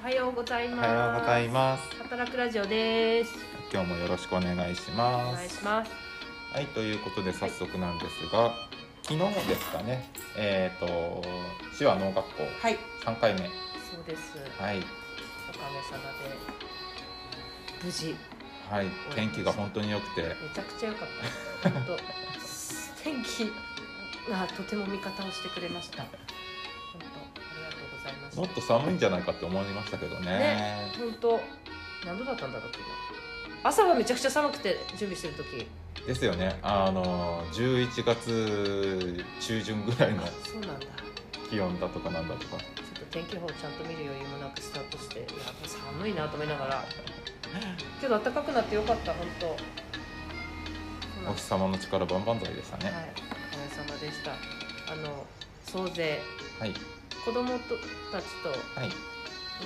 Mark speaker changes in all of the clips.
Speaker 1: おはようござい
Speaker 2: お
Speaker 1: ます。
Speaker 2: はようございます
Speaker 1: 働くラジオです。
Speaker 2: 今日もよろしくお願いし
Speaker 1: お
Speaker 2: ま
Speaker 1: 願い
Speaker 2: す
Speaker 1: します。
Speaker 2: はいということで早速なんですが、昨日ですかねえっ、と手話農学校
Speaker 1: はい。
Speaker 2: 3回目
Speaker 1: そうです。
Speaker 2: はい
Speaker 1: おかげさまで。無事、
Speaker 2: はい天気が本当に良くて
Speaker 1: めちゃくちゃ良かった。本当。天気。がとても味方をしてくれました。本当、ありがとうございました。
Speaker 2: もっと寒いんじゃないかって思いましたけどね
Speaker 1: ね本当。何度だったんだろう、昨日。朝はめちゃくちゃ寒くて、準備してる時。
Speaker 2: ですよねあの11月中旬ぐらいの
Speaker 1: あそうなんだ。
Speaker 2: 気温だとかなんだとか
Speaker 1: ちょっと天気予報をちゃんと見る余裕もなくスタートしていやっぱ寒いなと思いながらけど暖かくなってよかった本当そうなん
Speaker 2: お
Speaker 1: で
Speaker 2: 日
Speaker 1: す
Speaker 2: 様の力万々歳でした
Speaker 1: はい
Speaker 2: ね
Speaker 1: おかげさまでしたあの総勢
Speaker 2: はい
Speaker 1: 子供とたちと
Speaker 2: はい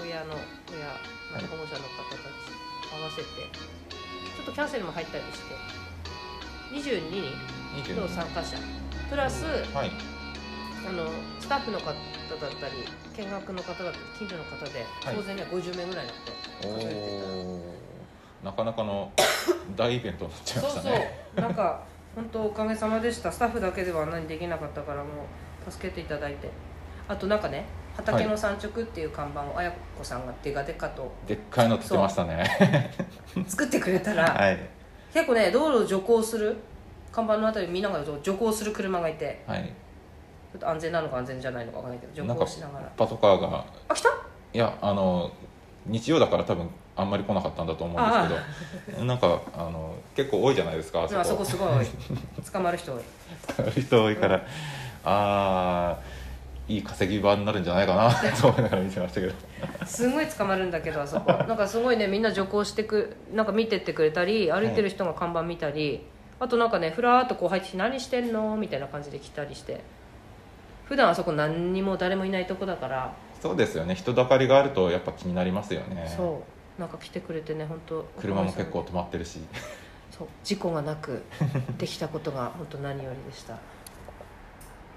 Speaker 1: 親の親また保護者の方たち合わせてちょっとキャンセルも入ったりして22人
Speaker 2: 22
Speaker 1: の参加者プラス
Speaker 2: はい
Speaker 1: あのスタッフの方だったり見学の方だったり近所の方で
Speaker 2: はい
Speaker 1: 当然ね50名ぐらいだって
Speaker 2: お
Speaker 1: 数えてたら
Speaker 2: ーなかなかの大イベントになっちゃいま
Speaker 1: そう
Speaker 2: したね
Speaker 1: そうなんか本当おかげさまでしたスタッフだけでは何できなかったからもう助けていただいてあとなんかね「畑の産直」っていう看板をあや子さんがデカデカと
Speaker 2: でっかいの作ってましたね
Speaker 1: 作ってくれたら、
Speaker 2: はい
Speaker 1: 結構ね道路を徐行する看板のあたり見ながら徐行する車がいて
Speaker 2: はい
Speaker 1: ちょっと安全なのか安全じゃないのかわかんないけど徐
Speaker 2: なんか
Speaker 1: 行しながら
Speaker 2: パトカーが
Speaker 1: あ来た
Speaker 2: いやあの日曜だから多分あんまり来なかったんだと思うんですけどなんかあの結構多いじゃないですかあ
Speaker 1: あそこすごい多い捕まる人多い
Speaker 2: 人多いから、あーいい稼ぎ場になるんじゃないかな と思いながら見てましたけど
Speaker 1: すごい捕まるんだけどあそこ なんかすごいねみんな徐行してくなんか見てってくれたり歩いてる人が看板見たり、あとなんかねふらーっとこう入ってきて何してんのみたいな感じで来たりして普段あそこ何にも誰もいないとこだから、
Speaker 2: そうですよね人だかりがあるとやっぱ気になりますよね
Speaker 1: そうなんか来てくれてね本当
Speaker 2: 車も結構止まってるし
Speaker 1: そう事故がな くできたことが本当何よりでした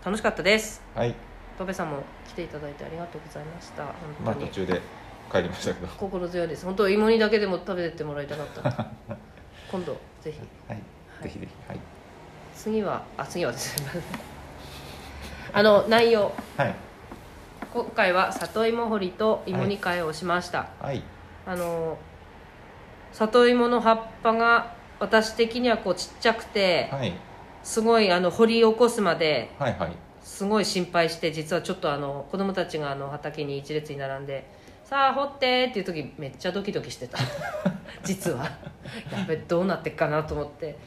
Speaker 1: 楽しかったです
Speaker 2: はい
Speaker 1: 戸部さんも来ていただいてありがとうございました
Speaker 2: ま
Speaker 1: 本
Speaker 2: あ
Speaker 1: 当
Speaker 2: 途
Speaker 1: に
Speaker 2: 中で帰りましたけど
Speaker 1: 心強いです本当芋煮だけでも食べてってもらいたかった今度ぜひ
Speaker 2: は
Speaker 1: は
Speaker 2: い、
Speaker 1: い
Speaker 2: ぜひぜひはい、
Speaker 1: 次はあ次はですねあの内容
Speaker 2: はい
Speaker 1: 今回は里芋掘りと芋煮会をしました、
Speaker 2: はい、
Speaker 1: あの里芋の葉っぱが私的にはこうちっちゃくて
Speaker 2: はい、
Speaker 1: すごいあの掘り起こすまで
Speaker 2: はいはい
Speaker 1: すごい心配して実はちょっとあの子供たちがあの畑に一列に並んで「さあ掘って」っていう時めっちゃドキドキして た実はやべどうなってっかなと思って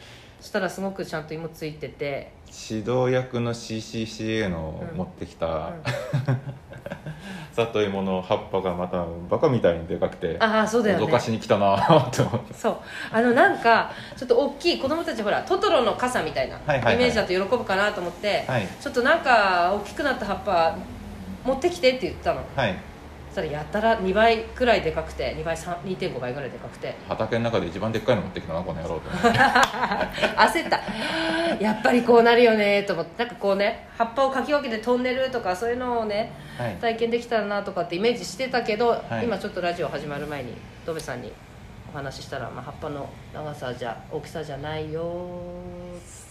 Speaker 1: そしたらすごくちゃんと芋ついてて
Speaker 2: 指導役の CCCA の
Speaker 1: うん
Speaker 2: 持ってきた、
Speaker 1: うん
Speaker 2: 里芋の葉っぱがまたバカみたいにでかくて
Speaker 1: ああそうだよね
Speaker 2: 脅かしに来たなぁと思って
Speaker 1: そうあのなんかちょっと大きい子供たちほらトトロの傘みたいなイ
Speaker 2: はいはいはい
Speaker 1: メージだと喜ぶかなと思って、
Speaker 2: はい
Speaker 1: ちょっとなんか大きくなった葉っぱ持ってきてって言ったの
Speaker 2: はい
Speaker 1: そしたらやたら2倍くらいでかくて2倍3 2.5倍ぐらいでかくて
Speaker 2: 畑の中で一番でっかいの持ってきたなこの野郎と思って
Speaker 1: 焦ったやっぱりこうなるよねと思ってなんかこうね葉っぱをかき分けて飛んでるとかそういうのをね
Speaker 2: はい
Speaker 1: 体験できたらなとかってイメージしてたけど、
Speaker 2: い
Speaker 1: 今ちょっとラジオ始まる前にドベさんにお話ししたら、まあ、葉っぱの長さじゃ大きさじゃないよ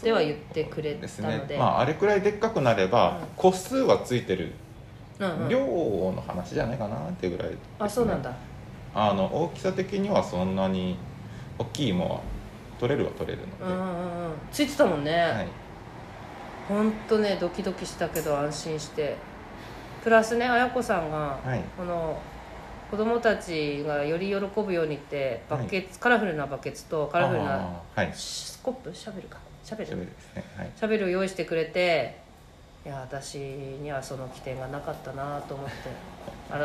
Speaker 1: では言ってくれたので
Speaker 2: ですねまああれくらいでっかくなれば、
Speaker 1: うん
Speaker 2: 個数はついてる
Speaker 1: うんうん
Speaker 2: 量の話じゃないかなっていうぐらいですね、
Speaker 1: あそうなんだ
Speaker 2: あの大きさ的にはそんなに大きい芋は取れるは取れる
Speaker 1: うんうん
Speaker 2: ので、
Speaker 1: うんついてたもんね、
Speaker 2: はい
Speaker 1: ほんとねドキドキしたけど安心してプラスね綾子さんが、
Speaker 2: はい
Speaker 1: この子供たちがより喜ぶようにってバケツ、カラフルなバケツとカラフルな
Speaker 2: あーはい
Speaker 1: スコップシャベルかシャベル
Speaker 2: 喋るですねはい
Speaker 1: シャベルを用意してくれていや私にはその起点がなかったなと思って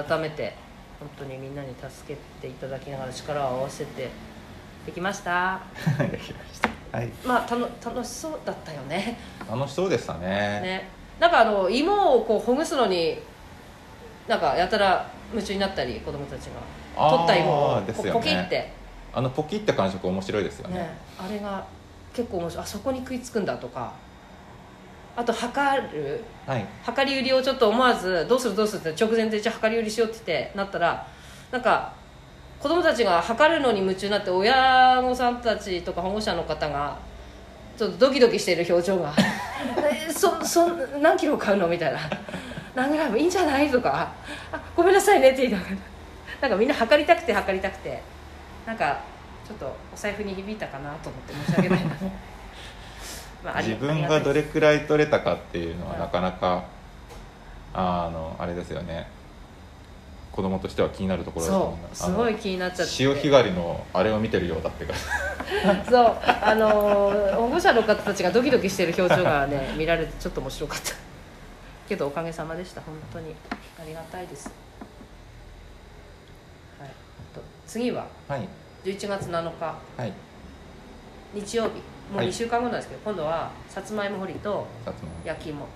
Speaker 1: 改めて本当にみんなに助けていただきながら力を合わせてできました
Speaker 2: できました。はい。
Speaker 1: まあたの楽しそうだったよね
Speaker 2: 楽しそうでしたね。
Speaker 1: ねなんかあの芋をこうほぐすのになんかやたら夢中になったり子供たちが
Speaker 2: あー
Speaker 1: 取った芋を
Speaker 2: です
Speaker 1: こ
Speaker 2: よ
Speaker 1: う
Speaker 2: ね
Speaker 1: ポキって、
Speaker 2: あのポキって感触面白いですよね。
Speaker 1: ね、あれが結構面白いあそこに食いつくんだとかあと測る
Speaker 2: はい。
Speaker 1: 量り売りをちょっと思わずどうするどうするって直前でじゃあ量り売りしようって言ってなったらなんか子供たちが測るのに夢中になって親御さんたちとか保護者の方がちょっとドキドキしている表情が 「えそそ何キロ買うの?」みたいな「何グラムいいんじゃない?」とかあ「ごめんなさいね」って言いながらなんかみんな測りたくて測りたくてなんかちょっとお財布に響いたかなと思って申し訳 ないな、まああり
Speaker 2: 自分
Speaker 1: あり
Speaker 2: が
Speaker 1: た
Speaker 2: ど
Speaker 1: い
Speaker 2: れくらい取れたかっていうのは
Speaker 1: うん
Speaker 2: なかなかあのあれですよね子供としては気になるところだと
Speaker 1: そ
Speaker 2: 思いうます
Speaker 1: すごい気になっちゃって
Speaker 2: 潮干狩りのあれを見てるようだって感じ
Speaker 1: そうあのー保護者の方たちがドキドキしてる表情が ね見られてちょっと面白かったけどおかげさまでした本当にありがたいです、はい、あと次は
Speaker 2: はい
Speaker 1: 11月7日
Speaker 2: はい
Speaker 1: 日曜日もう
Speaker 2: はい
Speaker 1: 2週間後なんですけど、今度はさつまいも掘りと
Speaker 2: さつまいも
Speaker 1: 焼き芋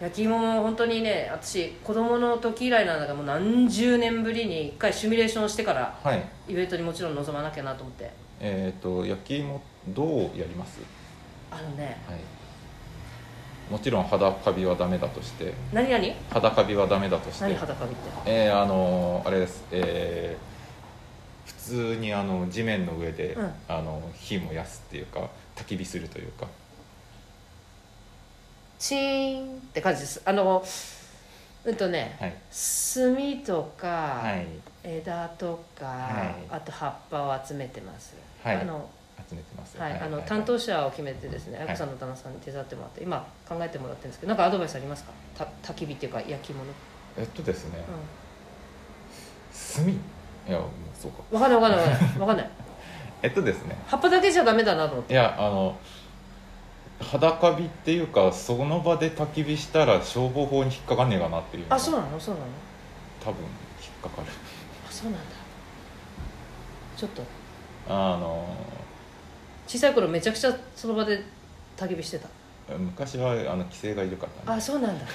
Speaker 1: 焼き芋も本当にね私子供の時以来なんだがもう何十年ぶりに一回シミュレーションしてから
Speaker 2: はい
Speaker 1: イベントにもちろん臨まなきゃなと思って
Speaker 2: えっ、と焼き芋どうやります
Speaker 1: あのね
Speaker 2: はいもちろん肌カビはダメだとして
Speaker 1: 何々
Speaker 2: 肌カビはダメだとして
Speaker 1: 何裸見って
Speaker 2: えー、あのーあれです、えー普通にあの地面の上で、
Speaker 1: うん
Speaker 2: あの火燃やすっていうか焚き火するというか
Speaker 1: チーンって感じですあのうんとね
Speaker 2: はい
Speaker 1: 炭とか、
Speaker 2: はい
Speaker 1: 枝とか、
Speaker 2: はい
Speaker 1: あと葉っぱを集めてます、
Speaker 2: はい
Speaker 1: あの
Speaker 2: 集めてます
Speaker 1: はい、あの担当者を決めてですね、
Speaker 2: は
Speaker 1: あ
Speaker 2: い
Speaker 1: やこさんの旦那さんに手伝ってもらって、今考えてもらってるんですけど、なんかアドバイスありますか。た、焚き火っていうか、焼き物。う
Speaker 2: えっとですね、
Speaker 1: ん。
Speaker 2: 炭いやもうそうか
Speaker 1: わかんない、わかんない、わかんないわかんない。
Speaker 2: えっとですね
Speaker 1: 葉っぱだけじゃダメだなと思って。
Speaker 2: いやあの裸カビっていうかその場で焚き火したら消防法に引っかかんねえかなっていうのが
Speaker 1: あ、そうなの、そうなの。
Speaker 2: 多分引っかかる
Speaker 1: あ、そうなんだ。ちょっと。
Speaker 2: あの
Speaker 1: 小さい頃、めちゃくちゃ、その場で焚き火してた。
Speaker 2: 昔はあの規制がいるから、
Speaker 1: あ、
Speaker 2: ね、
Speaker 1: そうなん だ。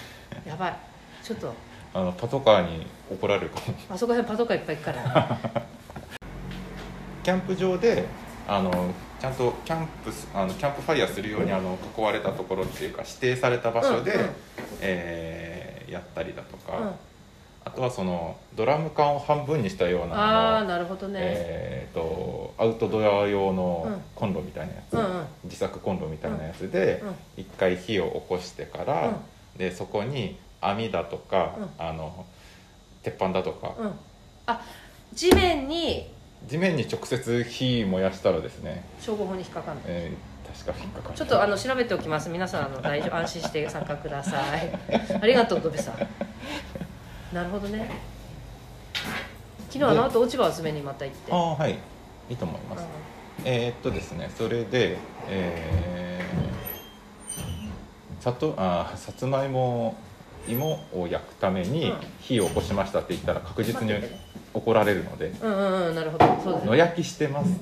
Speaker 1: やばい。ちょっと。
Speaker 2: あのパトカーに怒られるかも
Speaker 1: あそこら辺パトカーいっぱい行くから、ね。
Speaker 2: キャンプ場であのちゃんとキャンプスあのキャンプファイヤーするようにあの囲われたところっていうか指定された場所で、
Speaker 1: うんうん
Speaker 2: えーやったりだとか、
Speaker 1: うん。
Speaker 2: あとはそのドラム缶を半分にしたような
Speaker 1: あ
Speaker 2: あ
Speaker 1: あ、
Speaker 2: の
Speaker 1: なるほどね。
Speaker 2: えー、とアウトドア用
Speaker 1: うん
Speaker 2: のコンロみたいなやつ、
Speaker 1: うんうん
Speaker 2: 自作コンロみたいなやつで
Speaker 1: うんうん
Speaker 2: 一、回火を起こしてから、
Speaker 1: うん
Speaker 2: でそこに網だとか、
Speaker 1: う
Speaker 2: あの鉄板だとか、
Speaker 1: うん。あ、地面に
Speaker 2: 地面に直接火燃やしたらですね
Speaker 1: 消防法に引っかかんない。
Speaker 2: えー確か引っかかる
Speaker 1: ちょっとあの調べておきます。皆さんあの 大丈夫安心して参加ください。ありがとうドベさん。なるほどね。昨日あの後落ち葉を集めにまた行って。
Speaker 2: ああはいいいと思います、えーっとですねそれでえーさとあーさつまいも芋を焼くために
Speaker 1: うん
Speaker 2: 火を起こしましたって言ったら確実に
Speaker 1: 待っててね
Speaker 2: 怒られるので
Speaker 1: うんうんうんうんなるほどそうです
Speaker 2: 野
Speaker 1: ね。
Speaker 2: 焼きしてます、ね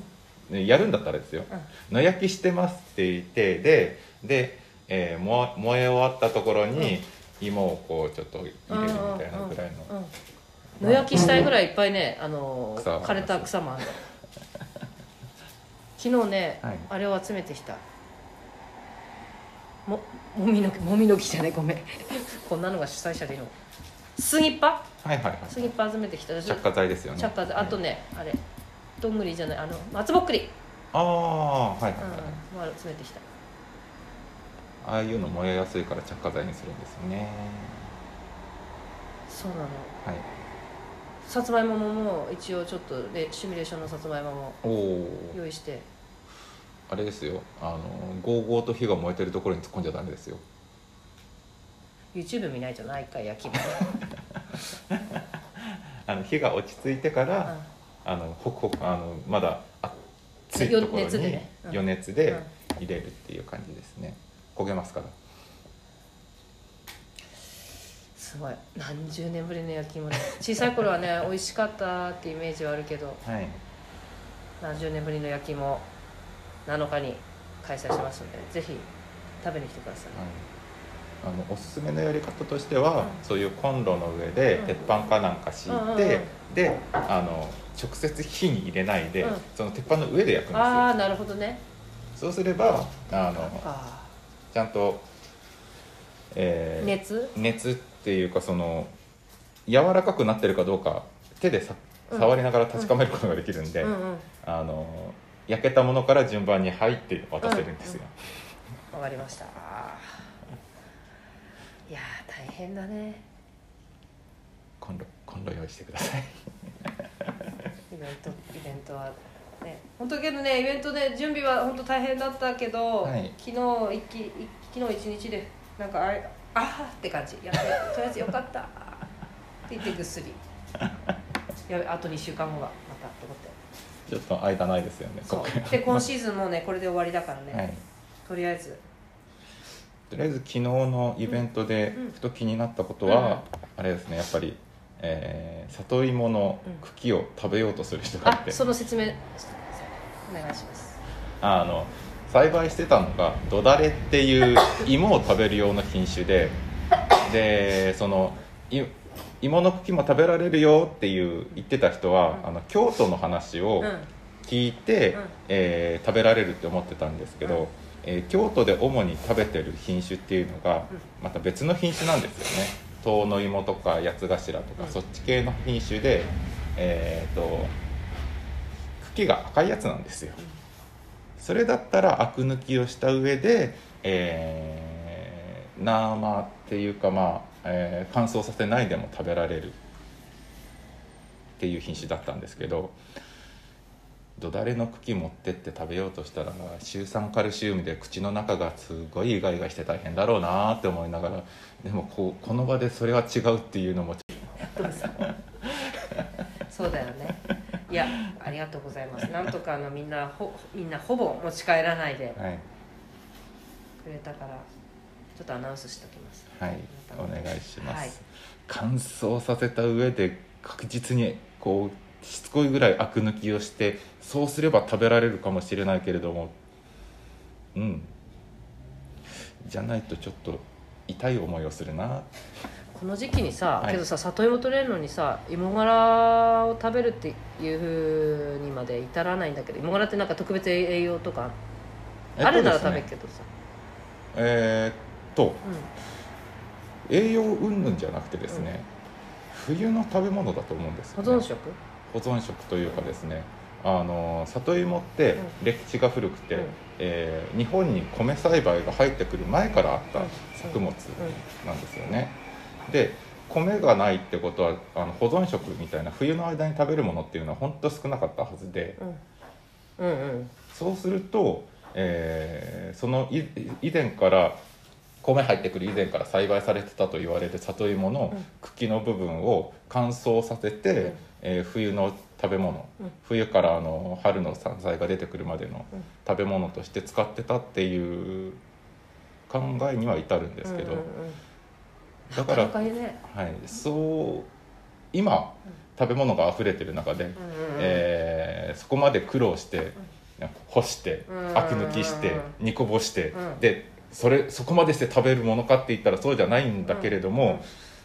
Speaker 2: やるんだったらですよ、野焼きしてますって言ってでで、えー燃え燃え終わったところに芋をこうちょっと入
Speaker 1: うん
Speaker 2: れるみたいなぐらいの
Speaker 1: うんうんうん野焼きしたいぐらいいっぱいねあの
Speaker 2: 草はあります
Speaker 1: 枯れた草もある。昨日ね、
Speaker 2: はい
Speaker 1: あれを集めてきた。ももみの木もみの木じゃないごめん こんなのが主催者でいいの杉っぱ
Speaker 2: はいはいはい
Speaker 1: 杉っぱ集めてきた
Speaker 2: 着火剤ですよね
Speaker 1: チャッカーズあとねあれどんぐりじゃないあの松ぼっくり、
Speaker 2: ああはいは
Speaker 1: うん
Speaker 2: いはい、
Speaker 1: もう詰めてきた
Speaker 2: ああいうの燃えやすいから着火剤にするんですよね
Speaker 1: そうなの
Speaker 2: はい
Speaker 1: さつまいもももう一応ちょっとでシミュレーションのさつまいもも
Speaker 2: おお
Speaker 1: 用意して
Speaker 2: あれですよあのゴーゴーと火が燃えてるところに突っ込んじゃダメですよ
Speaker 1: YouTube 見ないとないか焼き も、
Speaker 2: あの火が落ち着いてから、あのホクホクあのまだ熱いところに
Speaker 1: 余熱でねうん
Speaker 2: 余熱
Speaker 1: う
Speaker 2: で
Speaker 1: ん
Speaker 2: 入れるっていう感じですね焦げますから
Speaker 1: すごい何十年ぶりの焼き芋ね小さい頃はね美味しかったってイメージはあるけど
Speaker 2: はい
Speaker 1: 何十年ぶりの焼き芋7日に開催しますのでぜひ食べに来てください
Speaker 2: あのおすすめのやり方としては、
Speaker 1: うん
Speaker 2: そういうコンロの上で
Speaker 1: うん
Speaker 2: 鉄板かなんか敷いて、
Speaker 1: うんうんうん
Speaker 2: であの直接火に入れないで、
Speaker 1: うん
Speaker 2: その鉄板の上で焼くんです
Speaker 1: ああ
Speaker 2: よ
Speaker 1: なるほどね
Speaker 2: そうすればあの
Speaker 1: あ
Speaker 2: ちゃんと、え
Speaker 1: ー
Speaker 2: ー
Speaker 1: 熱
Speaker 2: 熱っていうかその柔らかくなってるかどうか手でさ
Speaker 1: うん
Speaker 2: 触りながら確かめることができるんで、
Speaker 1: うんうん
Speaker 2: あの焼けたものから順番に入って渡せるんですよ、
Speaker 1: わかりましたいやー大変だね
Speaker 2: コンロコンロ用意してくださ
Speaker 1: イ
Speaker 2: い
Speaker 1: ベントイベントはね本当けどねイベントで準備は本当大変だったけど、
Speaker 2: はい
Speaker 1: 昨日一気一昨日一日でなんかあれあーって感じやべとりあえずよかったって言ってぐっす りやべあと2週間後がまたと思って
Speaker 2: ちょっと間ないですよねここ
Speaker 1: そうで今シーズンもうねこれで終わりだ からね、
Speaker 2: はい、
Speaker 1: とりあえず
Speaker 2: とりあえず昨日のイベントで
Speaker 1: うん
Speaker 2: ふと気になったことは、あれですねやっぱり、えー里芋の茎を食べようとする人がい
Speaker 1: あ
Speaker 2: て、
Speaker 1: その説明お願いします
Speaker 2: あの栽培してたのがドダレっ ていう芋を食べる用の品種ででそのい芋の茎も食べられるよっていう言ってた人は、
Speaker 1: うん
Speaker 2: あの京都の話
Speaker 1: う
Speaker 2: を
Speaker 1: ん
Speaker 2: 聞いて、
Speaker 1: うん
Speaker 2: えー食べられるって思ってたんですけ
Speaker 1: う
Speaker 2: ど、
Speaker 1: ん
Speaker 2: えー京都で主に食べてる品種っていうのが
Speaker 1: うん
Speaker 2: また別の品種なんですよね遠野芋とか八つ頭とか、
Speaker 1: うん
Speaker 2: そっち系の品種でえっ、と茎が赤いやつなんですよそれだったらアク抜きをした上で、えー、生っていうかまあ、えー乾燥させないでも食べられるっていう品種だったんですけどどだれの茎持ってって食べようとしたらシ酸カルシウムで口の中がすごいイガイガして大変だろうなって思いながらでもこうこの場でそれは違うっていうのも
Speaker 1: そうだよねいやありがとうございますなんとかあのみんなほみんなほぼ持ち帰らないで
Speaker 2: はい、
Speaker 1: くれたからちょっとアナウンスしておきます
Speaker 2: はい、お願いします、
Speaker 1: はい
Speaker 2: 乾燥させた上で確実にこうしつこいぐらいアク抜きをしてそうすれば食べられるかもしれないけれどもうんじゃないとちょっと痛い思いをするな
Speaker 1: この時期にさ、
Speaker 2: はい
Speaker 1: けどさ里芋取れるのにさ芋柄を食べるっていうふうにまで至らないんだけど芋柄ってなんか特別栄養とかあるなら食べ
Speaker 2: えっ
Speaker 1: る
Speaker 2: と
Speaker 1: け
Speaker 2: ですね
Speaker 1: どさ、
Speaker 2: えーっと
Speaker 1: う
Speaker 2: 栄養云々じゃなくてですね、冬の食べ物だと思うんですよ、
Speaker 1: ん、
Speaker 2: ね、
Speaker 1: 保存食、
Speaker 2: 保存食というかですねあの里芋って
Speaker 1: う
Speaker 2: 歴史が古くて、
Speaker 1: うん
Speaker 2: えー日本に米栽培が入ってくる前からあった
Speaker 1: うん
Speaker 2: 作物なんですよね。で米がないってことはあの保存食みたいな冬の間に食べるものっていうのは本当少なかったはずで
Speaker 1: うん、うんうん
Speaker 2: そうすると、えーそのい以前から米入ってくる以前から栽培されてたと言われる里芋の
Speaker 1: うん
Speaker 2: 茎の部分を乾燥させて、
Speaker 1: うん
Speaker 2: えー冬の食べ物、
Speaker 1: うん
Speaker 2: 冬からあの春の山菜が出てくるまでの
Speaker 1: うん
Speaker 2: 食べ物として使ってたっていう考えには至るんですけど、
Speaker 1: うんうんうん
Speaker 2: だか
Speaker 1: な
Speaker 2: ら、
Speaker 1: かなかね
Speaker 2: はい、そう今
Speaker 1: うん
Speaker 2: 食べ物が溢れてる中で、
Speaker 1: うんうんうん
Speaker 2: えーそこまで苦労して、干して
Speaker 1: うん
Speaker 2: アク抜きして
Speaker 1: うん
Speaker 2: 煮こぼして、
Speaker 1: うん
Speaker 2: でそれそこまでして食べるものかって言ったらそうじゃないんだけれども、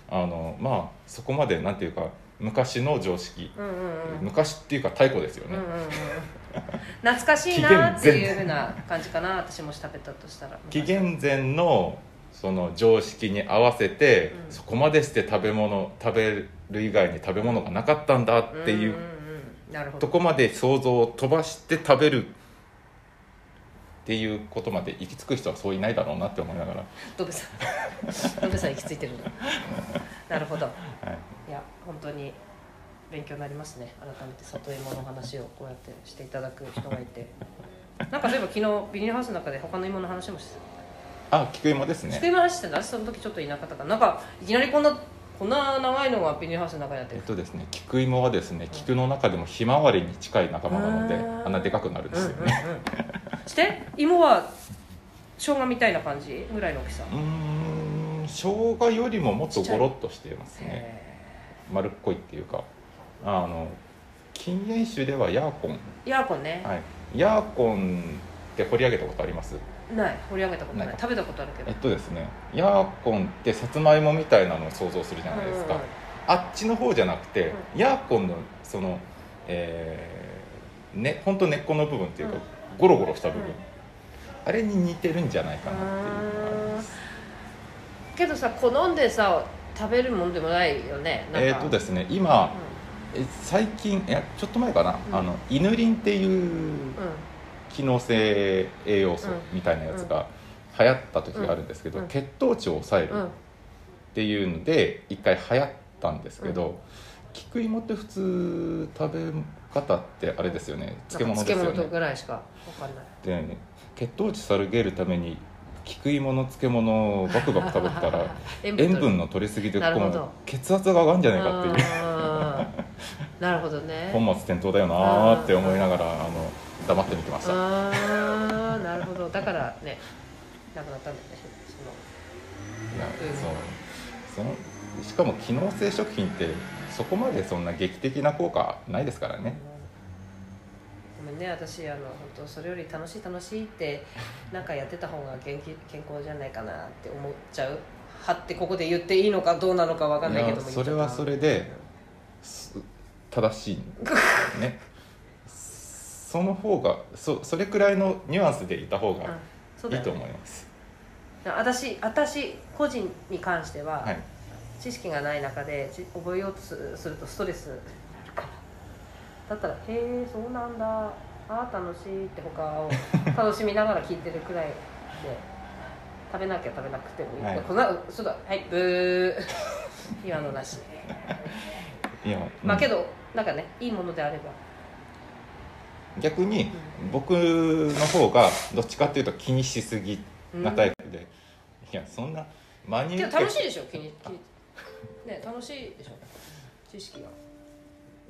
Speaker 2: あのまあそこまでなんていうか昔の常識、
Speaker 1: うんうんうん
Speaker 2: 昔っていうか太古ですよ
Speaker 1: うん
Speaker 2: ね、
Speaker 1: うんうん 懐かしいなっていうふうな感じかな私もし食べたとしたら
Speaker 2: 紀元前のその常識に合わせて、
Speaker 1: うん
Speaker 2: そこまでして食べ物食べる以外に食べ物がなかったんだっていうん
Speaker 1: んんなるほ
Speaker 2: と
Speaker 1: ど
Speaker 2: こまで想像を飛ばして食べるっていうことまで行き着く人はそういないだろうなって思いながら、
Speaker 1: ドブさん ドブさん行き着いて るななるほど
Speaker 2: はい、
Speaker 1: いや本当に勉強になりますね改めて里芋の話をこうやってしていただく人がいてなんか例えば昨日ビニールハウスの中で他の芋の話もして
Speaker 2: あ菊芋です
Speaker 1: た、ね、
Speaker 2: ね
Speaker 1: 芋の話してた私その時ちょっといなかったからなんかいきなりこんなこんな長いのがビニールハウスの中にあって
Speaker 2: えっとですね菊芋はですね菊の中でもひまわりに近い仲間なので
Speaker 1: あー
Speaker 2: あんなでかくなるんですよね、
Speaker 1: うんうんうん、 して芋は生姜みたいな感じぐらいの大きさ、
Speaker 2: うーん生姜よりももっとゴロッとしていますね
Speaker 1: へ
Speaker 2: 丸っこいっていうかあの禁煙酒ではヤーコン、
Speaker 1: ーヤーコンね、
Speaker 2: はい、ヤーコンって掘り上げたことあります
Speaker 1: ない掘り上げたことない
Speaker 2: ない
Speaker 1: 食べたことあるけど
Speaker 2: えっとですねヤーコンってさつまいもみたいなのを想像するじゃないですか、あっちの方じゃなくて、ヤーコンのそのえーね本当根っこの部分っていうか、
Speaker 1: うん
Speaker 2: ゴロゴロした部分、
Speaker 1: うん
Speaker 2: あれに似てるんじゃないかなっていうのがあります
Speaker 1: けどさ好んでさ食べるもんでもないよねなんか
Speaker 2: えっ、とですね今、
Speaker 1: う
Speaker 2: え最近いやちょっと前かな、
Speaker 1: うん
Speaker 2: あのイヌリンっていう機能性栄養素みたいなやつが流行った時があるんですけど、
Speaker 1: うん
Speaker 2: 血糖値を抑え
Speaker 1: うんう
Speaker 2: る
Speaker 1: ん
Speaker 2: っていうので一回流行ったんですけど、菊芋って普通食べ方ってあれですよね漬物ですよ
Speaker 1: 漬物
Speaker 2: ね
Speaker 1: ぐらいしか分かんない
Speaker 2: で血糖値下げるために菊芋の漬物をバクバク食べて たら塩分の取りすぎでこ
Speaker 1: なるほど
Speaker 2: の血圧が上がるんじゃないかっていう
Speaker 1: っていうなるほどね
Speaker 2: 本末転倒だよなーって思いながらあの黙って見てました
Speaker 1: あーなるほどだからねなくなったんだよねその
Speaker 2: いや
Speaker 1: うん
Speaker 2: そうそのしかも機能性食品ってそこまでそんな劇的な効果ないですからね
Speaker 1: ごめんね私あの本当それより楽しい楽しいってなんかやってた方が元気健康じゃないかなって思っちゃうはってここで言っていいのかどうなのかわかんないけども
Speaker 2: いやそれはそれで、す正しいんねその方がそそれくらいのニュアンスでいた方
Speaker 1: 言っちゃ
Speaker 2: が
Speaker 1: ったうんそう
Speaker 2: い
Speaker 1: だよ
Speaker 2: いと
Speaker 1: ね
Speaker 2: 思います、
Speaker 1: 私私個人に関しては、
Speaker 2: はい
Speaker 1: 知識がない中でじ覚えようとすするとストレスになるからだったら「へえそうなんだああ楽しい」って他を楽しみながら聞いてるくらいで食べなきゃ食べなくてもいい、
Speaker 2: はい
Speaker 1: こんなそうだはいブー 今のなし
Speaker 2: いや
Speaker 1: まあけ
Speaker 2: ど
Speaker 1: どなんかねいいものであれば
Speaker 2: 逆に僕の方がどっちかっていうと気にしすぎなタイプで、いやそんな真に
Speaker 1: け
Speaker 2: 受
Speaker 1: ど
Speaker 2: け
Speaker 1: 楽しいでしょ気に気にね楽しいでしょ知識が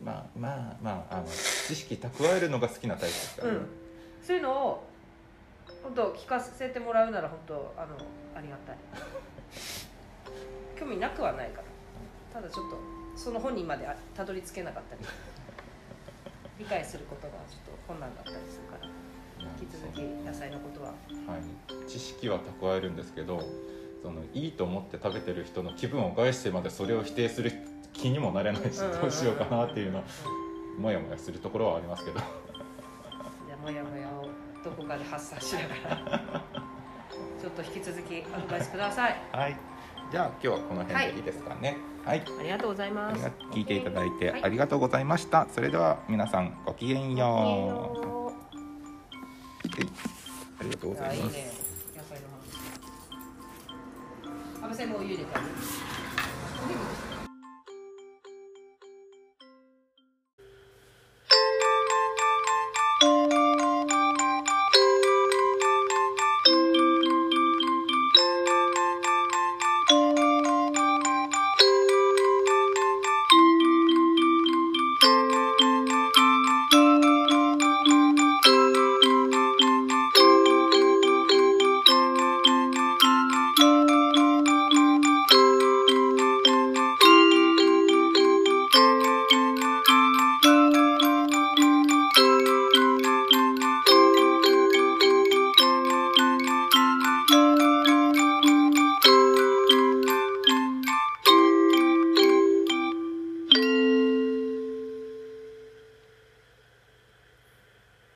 Speaker 2: まあまあまああの知識蓄えるのが好きなタイプですか
Speaker 1: う
Speaker 2: ら、ね
Speaker 1: んそういうのを本当聞かせてもらうなら本当あのありがたい興味なくはないからただちょっとその本人まであたどり着けなかったり理解することがちょっと困難だったりするから引き続き野菜のことは
Speaker 2: はい、知識は蓄えるんですけどそのいいと思って食べてる人の気分を害してまでそれを否定する気にもなれないしどうしようかなっていうのはもやもやするところはありますけど
Speaker 1: じゃあもやもやをどこかで発散しながらちょっと引き続きアドバイスください
Speaker 2: はいじゃあ今日はこの辺でいいですかねはい、
Speaker 1: ありがとうござい
Speaker 2: あ
Speaker 1: ま
Speaker 2: り
Speaker 1: す
Speaker 2: が聞いていただいて
Speaker 1: はい
Speaker 2: ありがとうございました、それでは皆さんごきげ
Speaker 1: ごき
Speaker 2: ん
Speaker 1: げん
Speaker 2: よう
Speaker 1: よ
Speaker 2: はいありがとうござい
Speaker 1: あ
Speaker 2: ま
Speaker 1: いい
Speaker 2: す
Speaker 1: ね野菜の話安倍さんもう家に帰る